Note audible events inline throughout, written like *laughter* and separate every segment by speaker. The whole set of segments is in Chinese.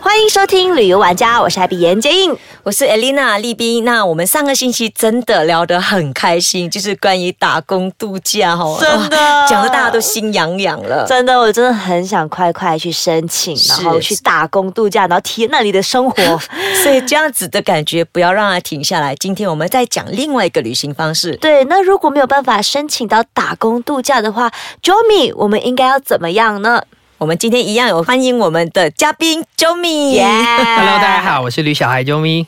Speaker 1: 欢迎收听旅游玩家，我是艾比严洁颖。
Speaker 2: 我是 Elena 丽斌。那我们上个星期真的聊得很开心，就是关于打工度假哈，
Speaker 1: 真的
Speaker 2: 哇讲得大家都心痒痒了。
Speaker 1: 真的，我真的很想快快去申请，
Speaker 2: 是
Speaker 1: 然后去打工度假，然后体验那里的生 *laughs* 活。
Speaker 2: 所以这样子的感觉不要让它停下来。今天我们再讲另外一个旅行方式。
Speaker 1: 对，那如果没有办法申请到打工度假的话，Jomi，我们应该要怎么样呢？
Speaker 2: 我们今天一样有欢迎我们的嘉宾 Jomi。
Speaker 3: Hello，大家。好，我是吕小孩啾咪。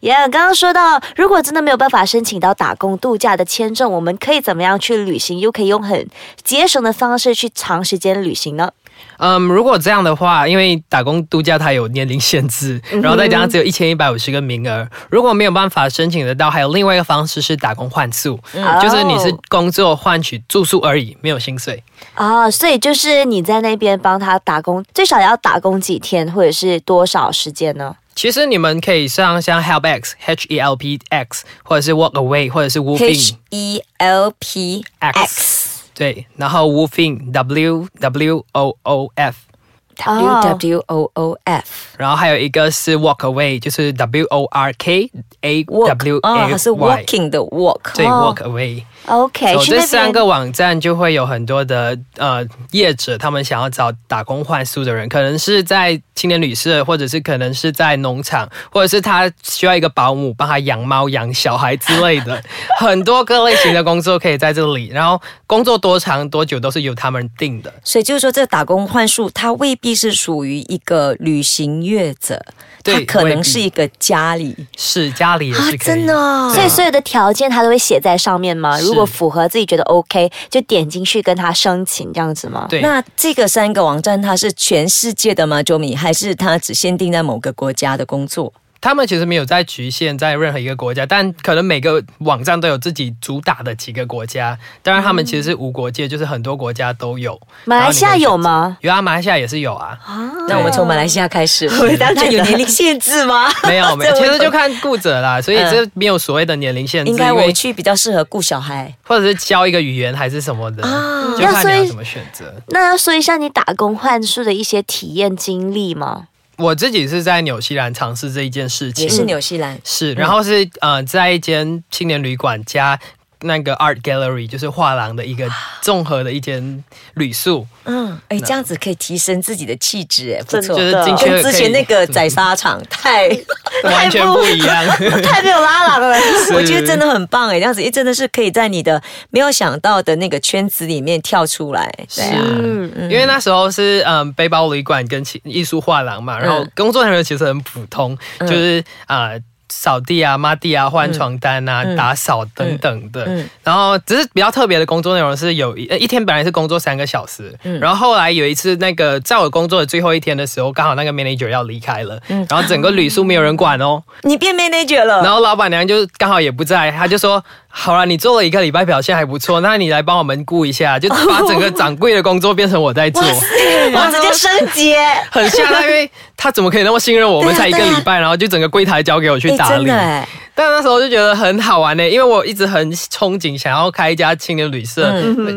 Speaker 1: 耶刚刚说到，如果真的没有办法申请到打工度假的签证，我们可以怎么样去旅行？又可以用很节省的方式去长时间旅行呢？
Speaker 3: 嗯，如果这样的话，因为打工度假它有年龄限制，然后再加上只有一千一百五十个名额，如果没有办法申请得到，还有另外一个方式是打工换宿，就是你是工作换取住宿而已，没有薪水。
Speaker 1: 啊、所以就是你在那边帮他打工，最少要打工几天，或者是多少时间呢？
Speaker 3: 其实你们可以上像 HelpX H E L P X，或者是 Walkaway，或者是
Speaker 2: H
Speaker 3: Wolfing
Speaker 2: E L P X
Speaker 3: 对，然后 Wolfing W W O O F，
Speaker 2: U W O O F
Speaker 3: 然后还有一个是 Walkaway，就是 W O R K A
Speaker 2: walk
Speaker 3: W
Speaker 2: 啊，
Speaker 3: A
Speaker 2: 它是
Speaker 3: Y。
Speaker 2: walking 的 walk。
Speaker 3: 对、
Speaker 1: 哦
Speaker 3: Walk Away。
Speaker 1: OK，
Speaker 3: 走
Speaker 1: 去
Speaker 3: 哦这
Speaker 1: 那
Speaker 3: 三
Speaker 1: 边
Speaker 3: 个网站就会有很多的呃业者，他们想要找打工换宿的人，可能是在青年旅社，或者是可能是在农场，或者是他需要一个保姆帮他养猫、养小孩之类
Speaker 2: *laughs*
Speaker 3: 的，很多各类型的工作可以在这里。然后工作多长多久都是由他们定的。
Speaker 2: 所以就是说，这打工换宿它未必是属于一个旅行业者，它
Speaker 3: 对
Speaker 2: 可能
Speaker 3: 未必
Speaker 2: 是一个家里
Speaker 3: 是家里也是可以，啊
Speaker 2: 哦
Speaker 1: 所以所有的条件他都会写在上面吗？
Speaker 3: 是
Speaker 1: 如果符合自己觉得 OK，就点进去跟他申请这样子吗？
Speaker 3: 对，
Speaker 2: 那这个三个网站它是全世界的吗？周米，还是它只限定在某个国家的工作？
Speaker 3: 他们其实没有在局限在任何一个国家，但可能每个网站都有自己主打的几个国家。当然，他们其实是无国界，就是很多国家都有。
Speaker 1: 马来西亚
Speaker 3: 然后你可以选
Speaker 1: 有吗？
Speaker 3: 有啊，马来西亚也是有啊，
Speaker 2: 那我们从马来西亚开 *laughs* 始，
Speaker 1: 当
Speaker 2: 它
Speaker 1: 觉
Speaker 2: 有
Speaker 1: 得
Speaker 2: 年龄限制吗？
Speaker 3: 没有没有，
Speaker 2: 这
Speaker 3: 其
Speaker 2: 我
Speaker 3: 实就看雇者啦，所以
Speaker 2: 嗯
Speaker 3: 这没有所谓的年龄限
Speaker 2: *laughs*
Speaker 3: 制，
Speaker 2: 应该
Speaker 3: 因
Speaker 2: 我
Speaker 3: 为
Speaker 2: 去比较适合顾小孩。
Speaker 3: 或者是教一个语言还是什么的，
Speaker 2: 啊
Speaker 3: 就
Speaker 1: 要
Speaker 3: 看
Speaker 1: 所
Speaker 3: 你
Speaker 1: 以
Speaker 3: 要怎么选择。
Speaker 1: 那要说一下你打工换宿的一些体验经历吗？
Speaker 3: 我自己是在纽西兰尝试这一件事情，
Speaker 2: 也是纽西兰，
Speaker 3: 是，然后是呃，在一间青年旅馆加那个 art gallery，就是画廊的一个综合的一间旅宿，
Speaker 2: 嗯，哎，这样子可以提升自己的气质，哎，不
Speaker 1: 真的
Speaker 2: 错
Speaker 3: 就。是进去
Speaker 2: 跟
Speaker 3: 了
Speaker 2: 之
Speaker 3: 可以
Speaker 2: 前那个宰杀
Speaker 3: *laughs*
Speaker 2: 场太，
Speaker 3: 完全不一样。
Speaker 1: 太没有拉郎了。
Speaker 2: 我觉得真的很棒哎，这样子，哎，真的是可以在你的没有想到的那个圈子里面跳出来。
Speaker 3: 是
Speaker 2: 对啊，
Speaker 3: 因为那时候是嗯背包旅馆跟其艺术画廊嘛，然后
Speaker 2: 嗯
Speaker 3: 工作内容其实很普通，就是啊。呃扫地啊、抹地啊、换床单啊、打扫等等的，
Speaker 2: 嗯
Speaker 3: 然后只是比较特别的工作内容是有一呃一天本来是工作三个小时，
Speaker 2: 嗯
Speaker 3: 然后后来有一次那个在我工作的最后一天的时候，刚好那个 manager 要离开了，
Speaker 2: 嗯
Speaker 3: 然后整个旅宿没有人管哦，
Speaker 2: 你变 manager 了
Speaker 3: 然。后老板娘就刚好也不在，她就说：“好了，你做了一个礼拜，表现还不错，那你来帮我们顾一下，就把整个掌柜的工作变成我在
Speaker 2: *laughs*
Speaker 3: 做。
Speaker 1: 我直接升级耶，
Speaker 3: 很吓到，因为他怎么可以那么信任我？我们才一个礼拜，然后就整个柜台交给我去打
Speaker 2: 真
Speaker 3: 理
Speaker 2: 的。 *laughs* 哎，
Speaker 3: 但那时候就觉得很好玩呢、欸因为我一直很憧憬想要开一家青年旅社，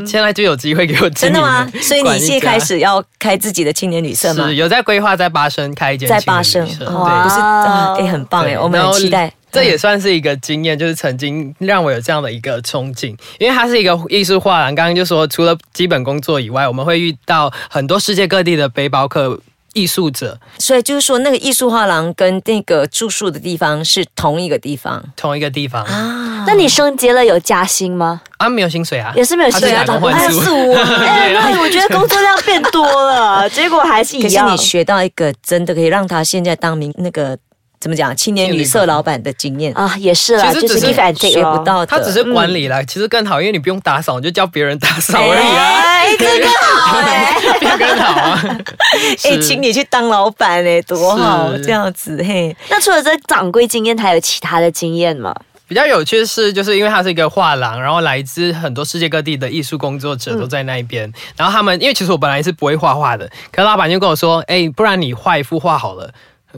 Speaker 3: 现在就有机会给我
Speaker 2: 嗯真
Speaker 3: 经营
Speaker 2: 的
Speaker 3: 了
Speaker 2: 吗？所以你
Speaker 3: 管一
Speaker 2: 现在
Speaker 3: 家
Speaker 2: 开始要开自己的青年旅社吗
Speaker 3: 是？有在规划在巴生开一间
Speaker 2: 在
Speaker 3: 青年
Speaker 2: 巴
Speaker 3: 旅
Speaker 2: 生，
Speaker 3: 社
Speaker 2: 哇，
Speaker 3: 对
Speaker 2: 不是，
Speaker 1: 哦
Speaker 2: 啊哎，很棒
Speaker 3: 对
Speaker 2: 哎，我们
Speaker 3: 然后
Speaker 2: 很期待。嗯
Speaker 3: 这也算是一个经验，就是曾经让我有这样的一个憧憬，因为它是一个艺术画廊。刚刚就说，除了基本工作以外，我们会遇到很多世界各地的背包客艺术者，
Speaker 2: 所以就是说，那个艺术画廊跟那个住宿的地方是同一个地方
Speaker 3: 同一个地方。啊，
Speaker 1: *laughs* 那你升级了有加薪吗？
Speaker 3: 没有薪水啊，
Speaker 1: 也是没有
Speaker 3: 他
Speaker 1: 薪
Speaker 3: 是
Speaker 1: 水
Speaker 3: 打工换宿，
Speaker 2: 宿
Speaker 3: *laughs*
Speaker 2: 啊。
Speaker 1: 哎，对，我觉得工作量变多了，结果还是一
Speaker 2: 可是
Speaker 1: 样。
Speaker 2: 你学到一个真的可以让他现在当名那个怎么讲青年旅社老板的经验，
Speaker 1: 啊，也是啦，
Speaker 3: 其实
Speaker 1: 就是
Speaker 3: 只是
Speaker 1: give and take
Speaker 2: 学不
Speaker 1: 咯。
Speaker 2: 哦到的。嗯
Speaker 3: 他只是管理啦，其实更好，因为你不用打扫，你就叫别人打扫而已啊。
Speaker 2: 哎，这个好
Speaker 3: *laughs*
Speaker 2: 哎，
Speaker 3: 不要更好啊！
Speaker 2: *laughs*
Speaker 3: *laughs*
Speaker 2: 哎，请你去当老板哎，多好，
Speaker 3: 是
Speaker 2: 这样子嘿。
Speaker 1: 那除了这掌柜经验，还有其他的经验吗？
Speaker 3: 比较有趣的是，就是因为它是一个画廊，然后来自很多世界各地的艺术工作者都在那一边。然后他们，因为其实我本来是不会画画的，可老板就跟我说：“哎、不然你画一幅画好了。”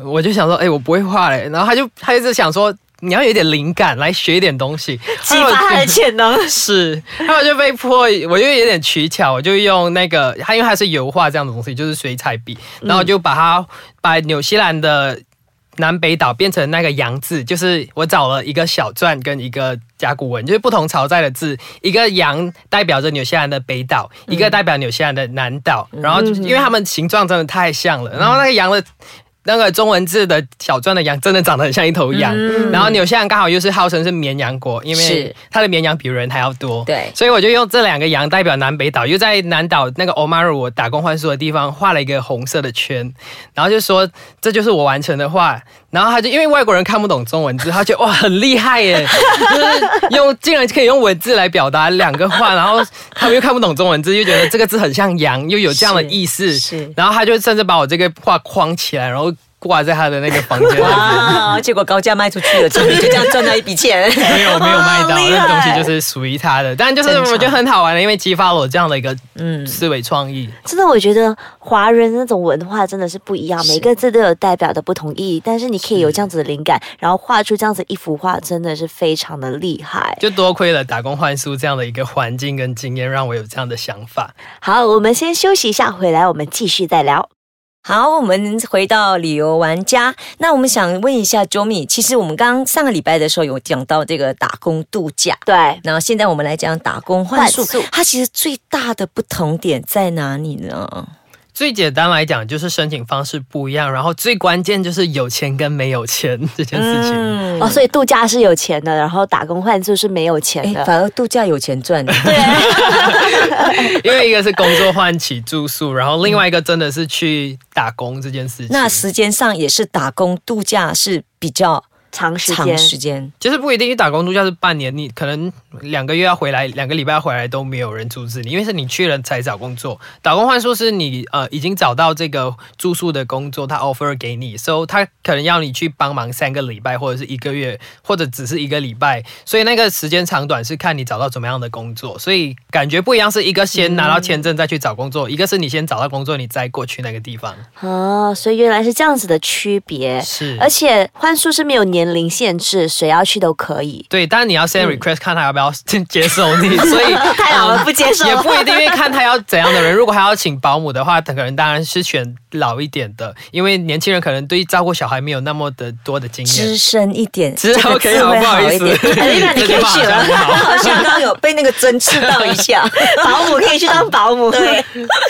Speaker 3: 我就想说：“哎、我不会画嘞。”然后他就他一直想说。你要有点灵感来学一点东西，
Speaker 1: 激发
Speaker 3: *laughs*
Speaker 1: 他的潜能。
Speaker 3: 是，然后我就被迫，我就呃有点取巧，我就用那个，它因为它是油画这样的东西，就是水彩笔，然后我就把它把纽西兰的南北岛变成那个洋字，就是我找了一个小篆跟一个甲骨文，就是不同朝代的字，一个洋代表着纽西兰的北岛，一个代表纽西兰的南岛，然后就因为它们形状真的太像了，然后那个洋的。那个中文字的小篆的羊真的长得很像一头羊，然后纽西兰刚好又是号称是绵羊国，因为
Speaker 2: 是
Speaker 3: 它的绵羊比人还要多，
Speaker 2: 对
Speaker 3: 所以我就用这两个羊代表南北岛，又在南岛那个 Omaru 我打工换宿的地方画了一个红色的圈，然后就说这就是我完成的画，然后他就因为外国人看不懂中文字，他觉得哇很厉
Speaker 2: *laughs*
Speaker 3: 害耶，就是用竟然可以用文字来表达两个话，然后他们又看不懂中文字，又觉得这个字很像羊，又有这样的
Speaker 2: 是
Speaker 3: 意思，
Speaker 2: 是
Speaker 3: 然后他就甚至把我这个画框起来，然后挂在他的那个房间里。
Speaker 2: 哇！ *laughs* 结果高价卖出去了，终于就这样赚到一笔
Speaker 3: *laughs*
Speaker 2: 钱。 *laughs*
Speaker 3: 没有没有卖到，
Speaker 1: 哇厉害
Speaker 3: 那东西就是属于他的，但就是
Speaker 2: 正常
Speaker 3: 我觉得很好玩的，因为激发了我这样的一个
Speaker 2: 嗯
Speaker 3: 思维创意。
Speaker 1: *laughs* 真的，我觉得华人那种文化真的是不一样，每个字都有代表的不同意义，但是你可以有这样子的灵感，然后画出这样子一幅画，真的是非常的厉害。
Speaker 3: 就多亏了打工换宿这样的一个环境跟经验，让我有这样的想法。
Speaker 1: 好，我们先休息一下，回来我们继续再聊。
Speaker 2: 好，我们回到旅游玩家。那我们想问一下 Jomi，其实我们刚上个礼拜的时候有讲到这个打工度假，
Speaker 1: 对，
Speaker 2: 然后现在我们来讲打工换宿
Speaker 1: 换宿，
Speaker 2: 它其实最大的不同点在哪里呢？
Speaker 3: 最简单来讲，就是申请方式不一样，然后最关键就是有钱跟没有钱这件事情。
Speaker 2: 嗯，
Speaker 1: 哦，所以度假是有钱的，然后打工换宿是没有钱
Speaker 2: 哎，
Speaker 1: 的。
Speaker 2: 反而度假有钱赚。
Speaker 3: 因为一个是工作换起住宿，然后另外一个真的是去打工这件事情。
Speaker 2: *laughs* 那时间上也是打工度假是比较
Speaker 1: 长时
Speaker 2: 长
Speaker 1: 间，
Speaker 2: 时间，
Speaker 3: 其实不一定，因为打工度假是半年，你可能两个月要回来，两个礼拜要回来都没有人阻止你，因为是你去了才找工作。打工换宿是你呃已经找到这个住宿的工作，他 offer 给你，so 他可能要你去帮忙三个礼拜或者是一个月，或者只是一个礼拜，所以那个时间长短是看你找到怎么样的工作，所以感觉不一样，是一个先拿到签证再去找工作，一个是你先找到工作你再过去那个地方。
Speaker 1: 哦，所以原来是这样子的区别。
Speaker 3: 是，
Speaker 1: 而且换宿是没有年龄限制，谁要去都可以。
Speaker 3: 对，但是你要先 request 看他要不要接受你，所以 *laughs*
Speaker 1: 太好了不接受
Speaker 3: 也不一定，因为看他要怎样的人。如果他要请保姆的话，他可能当然是选老一点的，因为年轻人可能对照顾小孩没有那么的多的经验
Speaker 2: 资。深一点，
Speaker 3: 只
Speaker 2: 这个
Speaker 3: OK，
Speaker 2: 字
Speaker 3: 好
Speaker 2: 会
Speaker 3: 不好意
Speaker 2: 一
Speaker 3: 思，
Speaker 2: 点。
Speaker 3: *laughs*
Speaker 1: 哎那你可以
Speaker 3: 这句话好
Speaker 1: 去了
Speaker 3: 像不好
Speaker 2: 好像刚有被那个针刺到一
Speaker 1: *laughs*
Speaker 2: 下，
Speaker 1: 保姆可以去当保
Speaker 3: *laughs*
Speaker 1: 姆。对，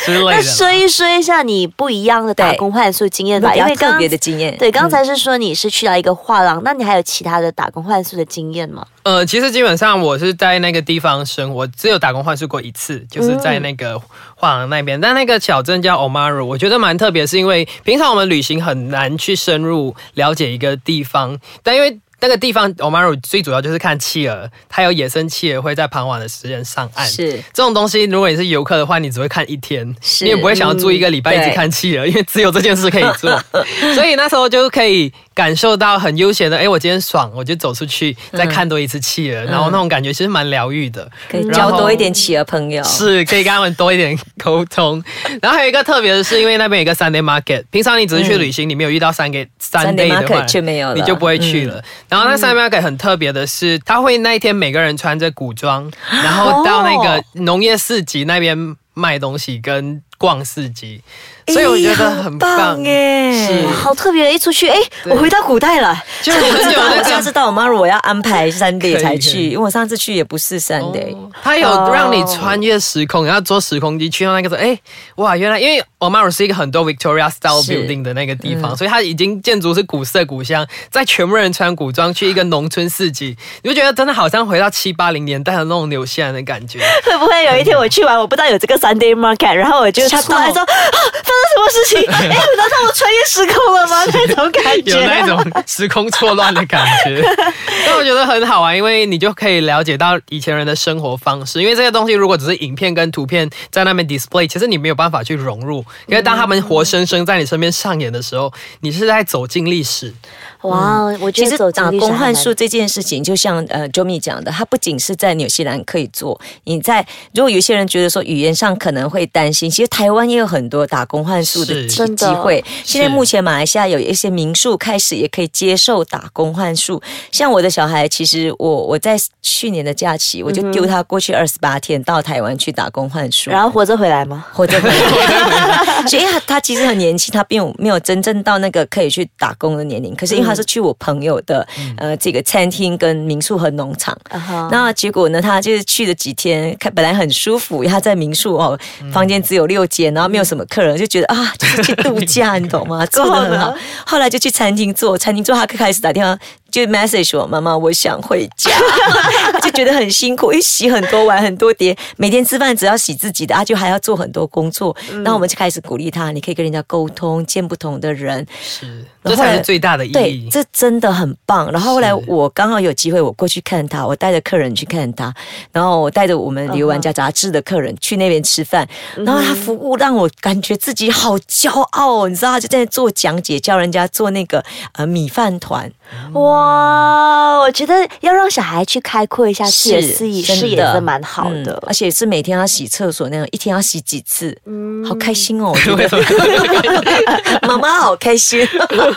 Speaker 3: 之类
Speaker 1: 那
Speaker 3: 的。
Speaker 1: 说一说一下你不一样的打
Speaker 2: 对
Speaker 1: 工换宿经验吧，
Speaker 2: 比
Speaker 1: 因
Speaker 2: 较
Speaker 1: 为
Speaker 2: 特
Speaker 1: 刚
Speaker 2: 别的经验。
Speaker 3: 嗯
Speaker 1: 对刚才是说你是去到一个画廊，那你还有其他的打工换宿的经验吗？
Speaker 3: 呃，其实基本上我是在那个地方生活，只有打工换宿过一次，就是在那个画廊那边。但那个小镇叫 Omaru，我觉得蛮特别，是因为平常我们旅行很难去深入了解一个地方，但因为那个地方 Omaru 最主要就是看企鹅，它有野生企鹅会在傍晚的时间上岸。
Speaker 2: 是
Speaker 3: 这种东西，如果你是游客的话，你只会看一天，
Speaker 2: 是
Speaker 3: 你也不会想要住一个礼拜
Speaker 2: 嗯
Speaker 3: 一直看企鹅，因为只有这件事可以做。所以那时候就可以感受到很悠闲的，哎，我今天爽，我就走出去再看多一次企鹅，然后那种感觉其实蛮疗愈的。
Speaker 2: 嗯可以
Speaker 3: 然
Speaker 2: 交
Speaker 3: 后
Speaker 2: 多一点企鹅朋友。
Speaker 3: 是可以跟他们多一点沟通。然后还有一个特别的是，因为那边有一个 Sunday Market，平常你只是去旅行，你没有遇到 Sunday Sunday 的
Speaker 2: 嗯 market
Speaker 3: 话，
Speaker 2: 却没有了嗯
Speaker 3: 你就不会去了。然后那 Sunday Market 很特别的是，他会那一天每个人穿着古装，然后到那
Speaker 2: 哦
Speaker 3: 个农业市集那边卖东西跟逛市集，所以我觉得很棒。
Speaker 2: 哎
Speaker 3: 是
Speaker 1: 哇好特别！一出去，哎，我回到古代了。
Speaker 3: 就很有那
Speaker 2: 我
Speaker 3: 个
Speaker 2: 下次到我妈，我要安排 Sunday 才
Speaker 3: 可以可以
Speaker 2: 去，因为我上次去也不是 Sunday。
Speaker 3: 哦它有让你穿越时空，然后坐时空机去到那个时候，哎，哇，原来因为 Omaru 是一个很多 Victoria style
Speaker 2: 是嗯
Speaker 3: building 的那个地方，所以它已经建筑是古色古香，在全部人穿古装去一个农村市集，你就觉得真的好像回到七八零年代的那种纽西兰的感觉。
Speaker 1: *laughs* 会不会有一天我去玩，我不知道有这个 Sunday Market，然后我就
Speaker 2: 吓
Speaker 1: 突
Speaker 2: 到
Speaker 1: 然说啊，发生什么事
Speaker 3: *laughs*
Speaker 1: 情？哎，难道我穿越时空了吗？那种感觉。
Speaker 3: 有那种 *laughs* 时空错乱的感觉，但我觉得很好玩，因为你就可以了解到以前人的生活方式。因为这些东西如果只是影片跟图片在那边 display，其实你没有办法去融入，因为当他们活生生在你身边上演的时候，你是在走进历史。
Speaker 1: 哇哦，我觉
Speaker 2: 其
Speaker 1: 得
Speaker 2: 实
Speaker 1: 走进
Speaker 2: 打
Speaker 1: 历史
Speaker 2: 工
Speaker 1: 还
Speaker 2: 换
Speaker 1: 蛮
Speaker 2: 宿这件事情，就像呃 Jomi 讲的，它不仅是在纽西兰可以做，你在如果有些人觉得说语言上可能会担心，其实台湾也有很多打工换宿的
Speaker 3: 是
Speaker 2: 机
Speaker 1: 真
Speaker 2: 机
Speaker 1: 的
Speaker 2: 会。现在
Speaker 3: 是
Speaker 2: 目前马来西亚有一些民宿开始也可以接受打工换宿，像我的小孩，其实我我在去年的假期，我就丢他过去二十八天到台湾去打工换宿，
Speaker 1: 嗯然后活着回来吗？
Speaker 2: 活着回来。所以他他其实很年轻，他并没有真正到那个可以去打工的年龄。可是因为他是去我朋友的、呃这个餐厅跟民宿和农场。
Speaker 1: 啊哈
Speaker 2: 那结果呢？他就是去了几天，看本来很舒服，他在民宿哦，房间只有六间，然后没有什么客人，就觉得啊， *laughs* 就是去度假，你懂吗？做的很好。后来就去餐厅做，餐厅做他开始打电话就 message 我妈妈，我想回家， *laughs* 就觉得很辛苦，因为洗很多碗很多碟，每天吃饭只要洗自己的，啊，就还要做很多工作。那我们就开始鼓励他，你可以跟人家沟通，见不同的人，
Speaker 3: 是，
Speaker 2: 然后
Speaker 3: 这
Speaker 2: 后来
Speaker 3: 才是最大的意
Speaker 2: 对，
Speaker 3: 义。
Speaker 2: 这真的很棒。然后后来
Speaker 3: 是
Speaker 2: 我刚好有机会，我过去看他，我带着客人去看他，然后我带着我们《旅游玩家》
Speaker 1: 嗯
Speaker 2: 杂志的客人去那边吃饭，然后他服务让我感觉自己好骄傲哦，你知道，他就在做讲解，教人家做那个呃米饭团，
Speaker 1: 哇，我觉得要让小孩去开阔一下自己的
Speaker 2: 是
Speaker 1: 视野，
Speaker 2: 真的
Speaker 1: 视野是蛮好的。
Speaker 2: 嗯而且是每天要洗厕所那种，一天要洗几次，
Speaker 1: 嗯
Speaker 2: 好开心哦！我
Speaker 1: *laughs*
Speaker 2: 觉得 *laughs* 妈妈好开心。嗯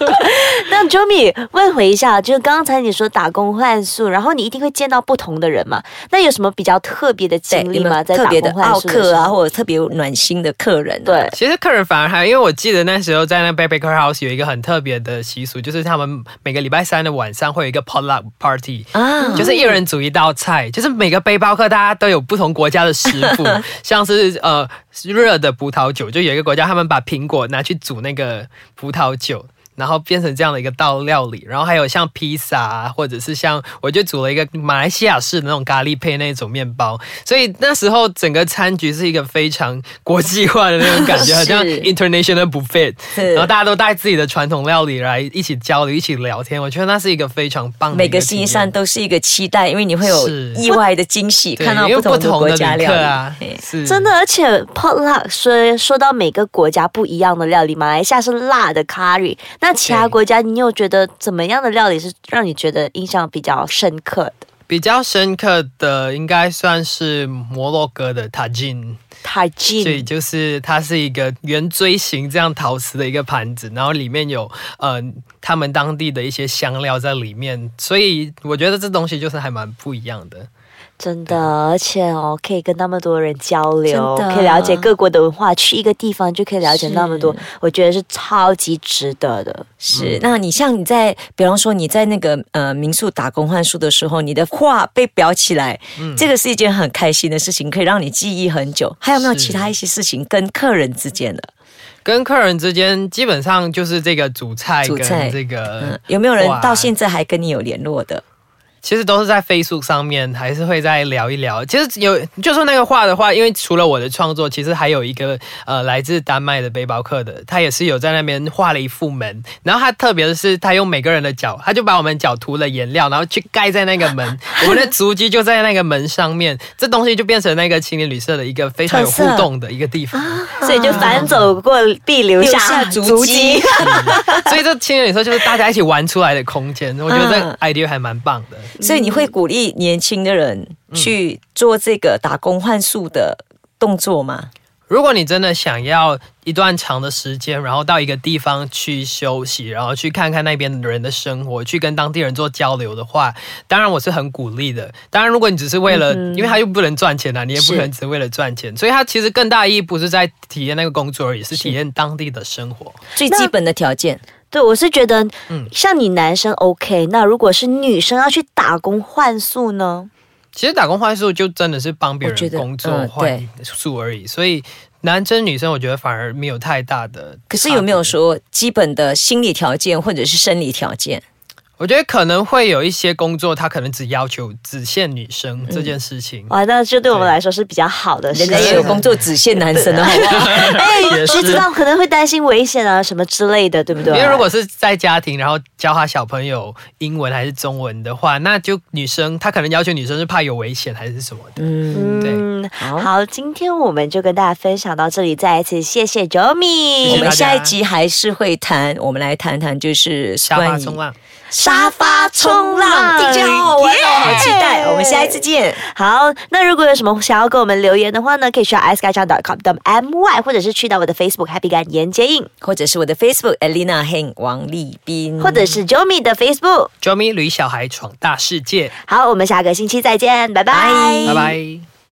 Speaker 1: 那 Jomi 问回一下，就是刚才你说打工换宿，然后你一定会见到不同的人嘛？那有什么比较特别的
Speaker 2: 对，
Speaker 1: 经历
Speaker 2: 你
Speaker 1: 吗？
Speaker 2: 们
Speaker 1: 在
Speaker 2: 特
Speaker 1: 打
Speaker 2: 别的
Speaker 1: 工换
Speaker 2: 奥
Speaker 1: 宿的
Speaker 2: 客
Speaker 1: 时
Speaker 2: 啊，
Speaker 1: 候？
Speaker 2: 或者特别暖心的客人、啊，
Speaker 1: 对，
Speaker 3: 其实客人反而还，因为我记得那时候在那 Baby Car House 有一个很特别的习俗，就是他们每个礼拜三的晚上会有一个 potluck party，
Speaker 2: 啊，
Speaker 3: 就是一人煮一道菜，就是每个背包客大家都有不同国家的食谱，
Speaker 2: *laughs*
Speaker 3: 像是呃热的葡萄酒，就有一个国家他们把苹果拿去煮那个葡萄酒。然后变成这样的一个道料理，然后还有像披萨、啊，或者是像我就煮了一个马来西亚式的那种咖喱配那种面包，所以那时候整个餐局是一个非常国际化的那种感
Speaker 2: 是
Speaker 3: 觉，
Speaker 2: *laughs*
Speaker 3: 好像 international buffet，
Speaker 2: 是
Speaker 3: 然后大家都带自己的传统料理来一起交流、一起聊天，我觉得那是一个非常棒的
Speaker 2: 每
Speaker 3: 一个
Speaker 2: 个
Speaker 3: 体
Speaker 2: 星
Speaker 3: 验
Speaker 2: 期三都是一个期待，因为你会有
Speaker 3: 是
Speaker 2: 意外的惊喜，
Speaker 3: 对
Speaker 2: 看到
Speaker 3: 因为
Speaker 2: 不同的国
Speaker 3: 不同
Speaker 2: 家
Speaker 3: 的旅
Speaker 2: 料
Speaker 3: 客
Speaker 2: 理。
Speaker 3: 啊
Speaker 2: 嘿，
Speaker 3: 是
Speaker 1: 真的，而且 potluck 说说到每个国家不一样的料理，马来西亚是辣的 curry，那其他
Speaker 3: 对
Speaker 1: 国家你有觉得怎么样的料理是让你觉得印象比较深刻的？
Speaker 3: 比较深刻的应该算是摩洛哥的塔金，
Speaker 1: 塔
Speaker 2: 嗯
Speaker 3: 所以
Speaker 1: 吉
Speaker 3: 就是它是一个圆锥形这样陶瓷的一个盘子，然后里面有呃他们当地的一些香料在里面，所以我觉得这东西就是还蛮不一样的。
Speaker 1: 真的，而且哦，可以跟那么多人交流
Speaker 2: 真的，
Speaker 1: 可以了解各国的文化，去一个地方就可以了解那么多
Speaker 2: 是，
Speaker 1: 我觉得是超级值得的。
Speaker 2: 是，那你像你在，比方说你在那个呃民宿打工换宿的时候，你的画被裱起来，
Speaker 3: 嗯
Speaker 2: 这个是一件很开心的事情，可以让你记忆很久。还有没有
Speaker 3: 是
Speaker 2: 其他一些事情跟客人之间的？
Speaker 3: 跟客人之间基本上就是这个主菜
Speaker 2: 主
Speaker 3: 跟
Speaker 2: 菜
Speaker 3: 这
Speaker 2: 嗯
Speaker 3: 个，，
Speaker 2: 有没有人
Speaker 3: 哇
Speaker 2: 到现在还跟你有联络的？
Speaker 3: 其实都是在 Facebook 上面，还是会再聊一聊。其实有，就说那个画的话，因为除了我的创作，其实还有一个呃来自丹麦的背包客的，他也是有在那边画了一副门。然后他特别的是，他用每个人的脚，他就把我们脚涂了颜料，然后去盖在那个门，我们的足迹就在那个门上面。这东西就变成那个青年旅社的一个非常有互
Speaker 2: 特色
Speaker 3: 动的一个
Speaker 2: *laughs*
Speaker 3: 地方。
Speaker 1: 所以就反走过必留
Speaker 2: 啊留
Speaker 1: 下
Speaker 2: 下足
Speaker 3: *laughs*
Speaker 2: 迹。
Speaker 3: 所以这青年旅社就是大家一起玩出来的空间，我觉得这
Speaker 2: 嗯
Speaker 3: idea 还蛮棒的。
Speaker 2: 所以你会鼓励年轻的人去做这个打工换宿的动作吗？
Speaker 3: 如果你真的想要一段长的时间，然后到一个地方去休息，然后去看看那边的人的生活，去跟当地人做交流的话，当然我是很鼓励的。当然，如果你只是为了，
Speaker 2: 嗯
Speaker 3: 因为他又不能赚钱啊，你也不
Speaker 2: 是
Speaker 3: 可能只为了赚钱，所以他其实更大意义不是在体验那个工作而已，是体验当地的生活。
Speaker 2: 最
Speaker 1: 那
Speaker 2: 基本的条件。
Speaker 1: 对，我是觉得
Speaker 3: 嗯，
Speaker 1: 像你男生 OK，那如果是女生要去打工换宿呢？
Speaker 3: 其实打工换宿就真的是帮别
Speaker 2: 我觉
Speaker 3: 人
Speaker 2: 得
Speaker 3: 工
Speaker 2: 嗯
Speaker 3: 作换宿而已，所以男生女生我觉得反而没有太大的。
Speaker 2: 可是有没有？说基本的心理条件或者是生理条件？
Speaker 3: 我觉得可能会有一些工作，他可能只要求只限女生这件事情。
Speaker 1: 嗯哇，那就对我们
Speaker 3: 对
Speaker 1: 来说是比啊较好的事
Speaker 2: 人家也
Speaker 1: 情
Speaker 2: 有。工作只限男生的，
Speaker 3: 啊
Speaker 2: 好不好？
Speaker 1: 哎，
Speaker 3: *laughs* 也
Speaker 1: 谁
Speaker 3: 是
Speaker 1: 知道可能会担心危险啊什么之类的，对不对？
Speaker 3: 因为如果是在家庭，然后教他小朋友英文还是中文的话，那就女生她可能要求女生是怕有危险还是什么
Speaker 2: *laughs*
Speaker 3: 的。
Speaker 2: 嗯，
Speaker 3: 对
Speaker 1: 嗯，
Speaker 2: 好
Speaker 1: 好，今天我们就跟大家分享到这里，再一次谢谢 Jomi，
Speaker 3: 谢
Speaker 2: 我
Speaker 3: 谢大
Speaker 2: 们
Speaker 3: 家
Speaker 2: 下一集还是会谈，我们来谈谈就是
Speaker 3: 下巴
Speaker 2: 关于
Speaker 3: 冲浪，
Speaker 2: 沙发冲浪，听起来好好玩哦，好期待！我们下一次见。
Speaker 1: 好，那如果有什么想要跟我们留言的话呢，可以去到 i s k y c h a n c o m 的 my，或者是去到我的 Facebook Happy 感言接应，
Speaker 2: 或者是我的 Facebook Elena Heng 王立斌，
Speaker 1: 或者是 Jomi 的 Facebook。
Speaker 3: j o m i 驴小孩闯大世界，
Speaker 1: 好，我们下个星期再见，拜拜
Speaker 3: 拜拜。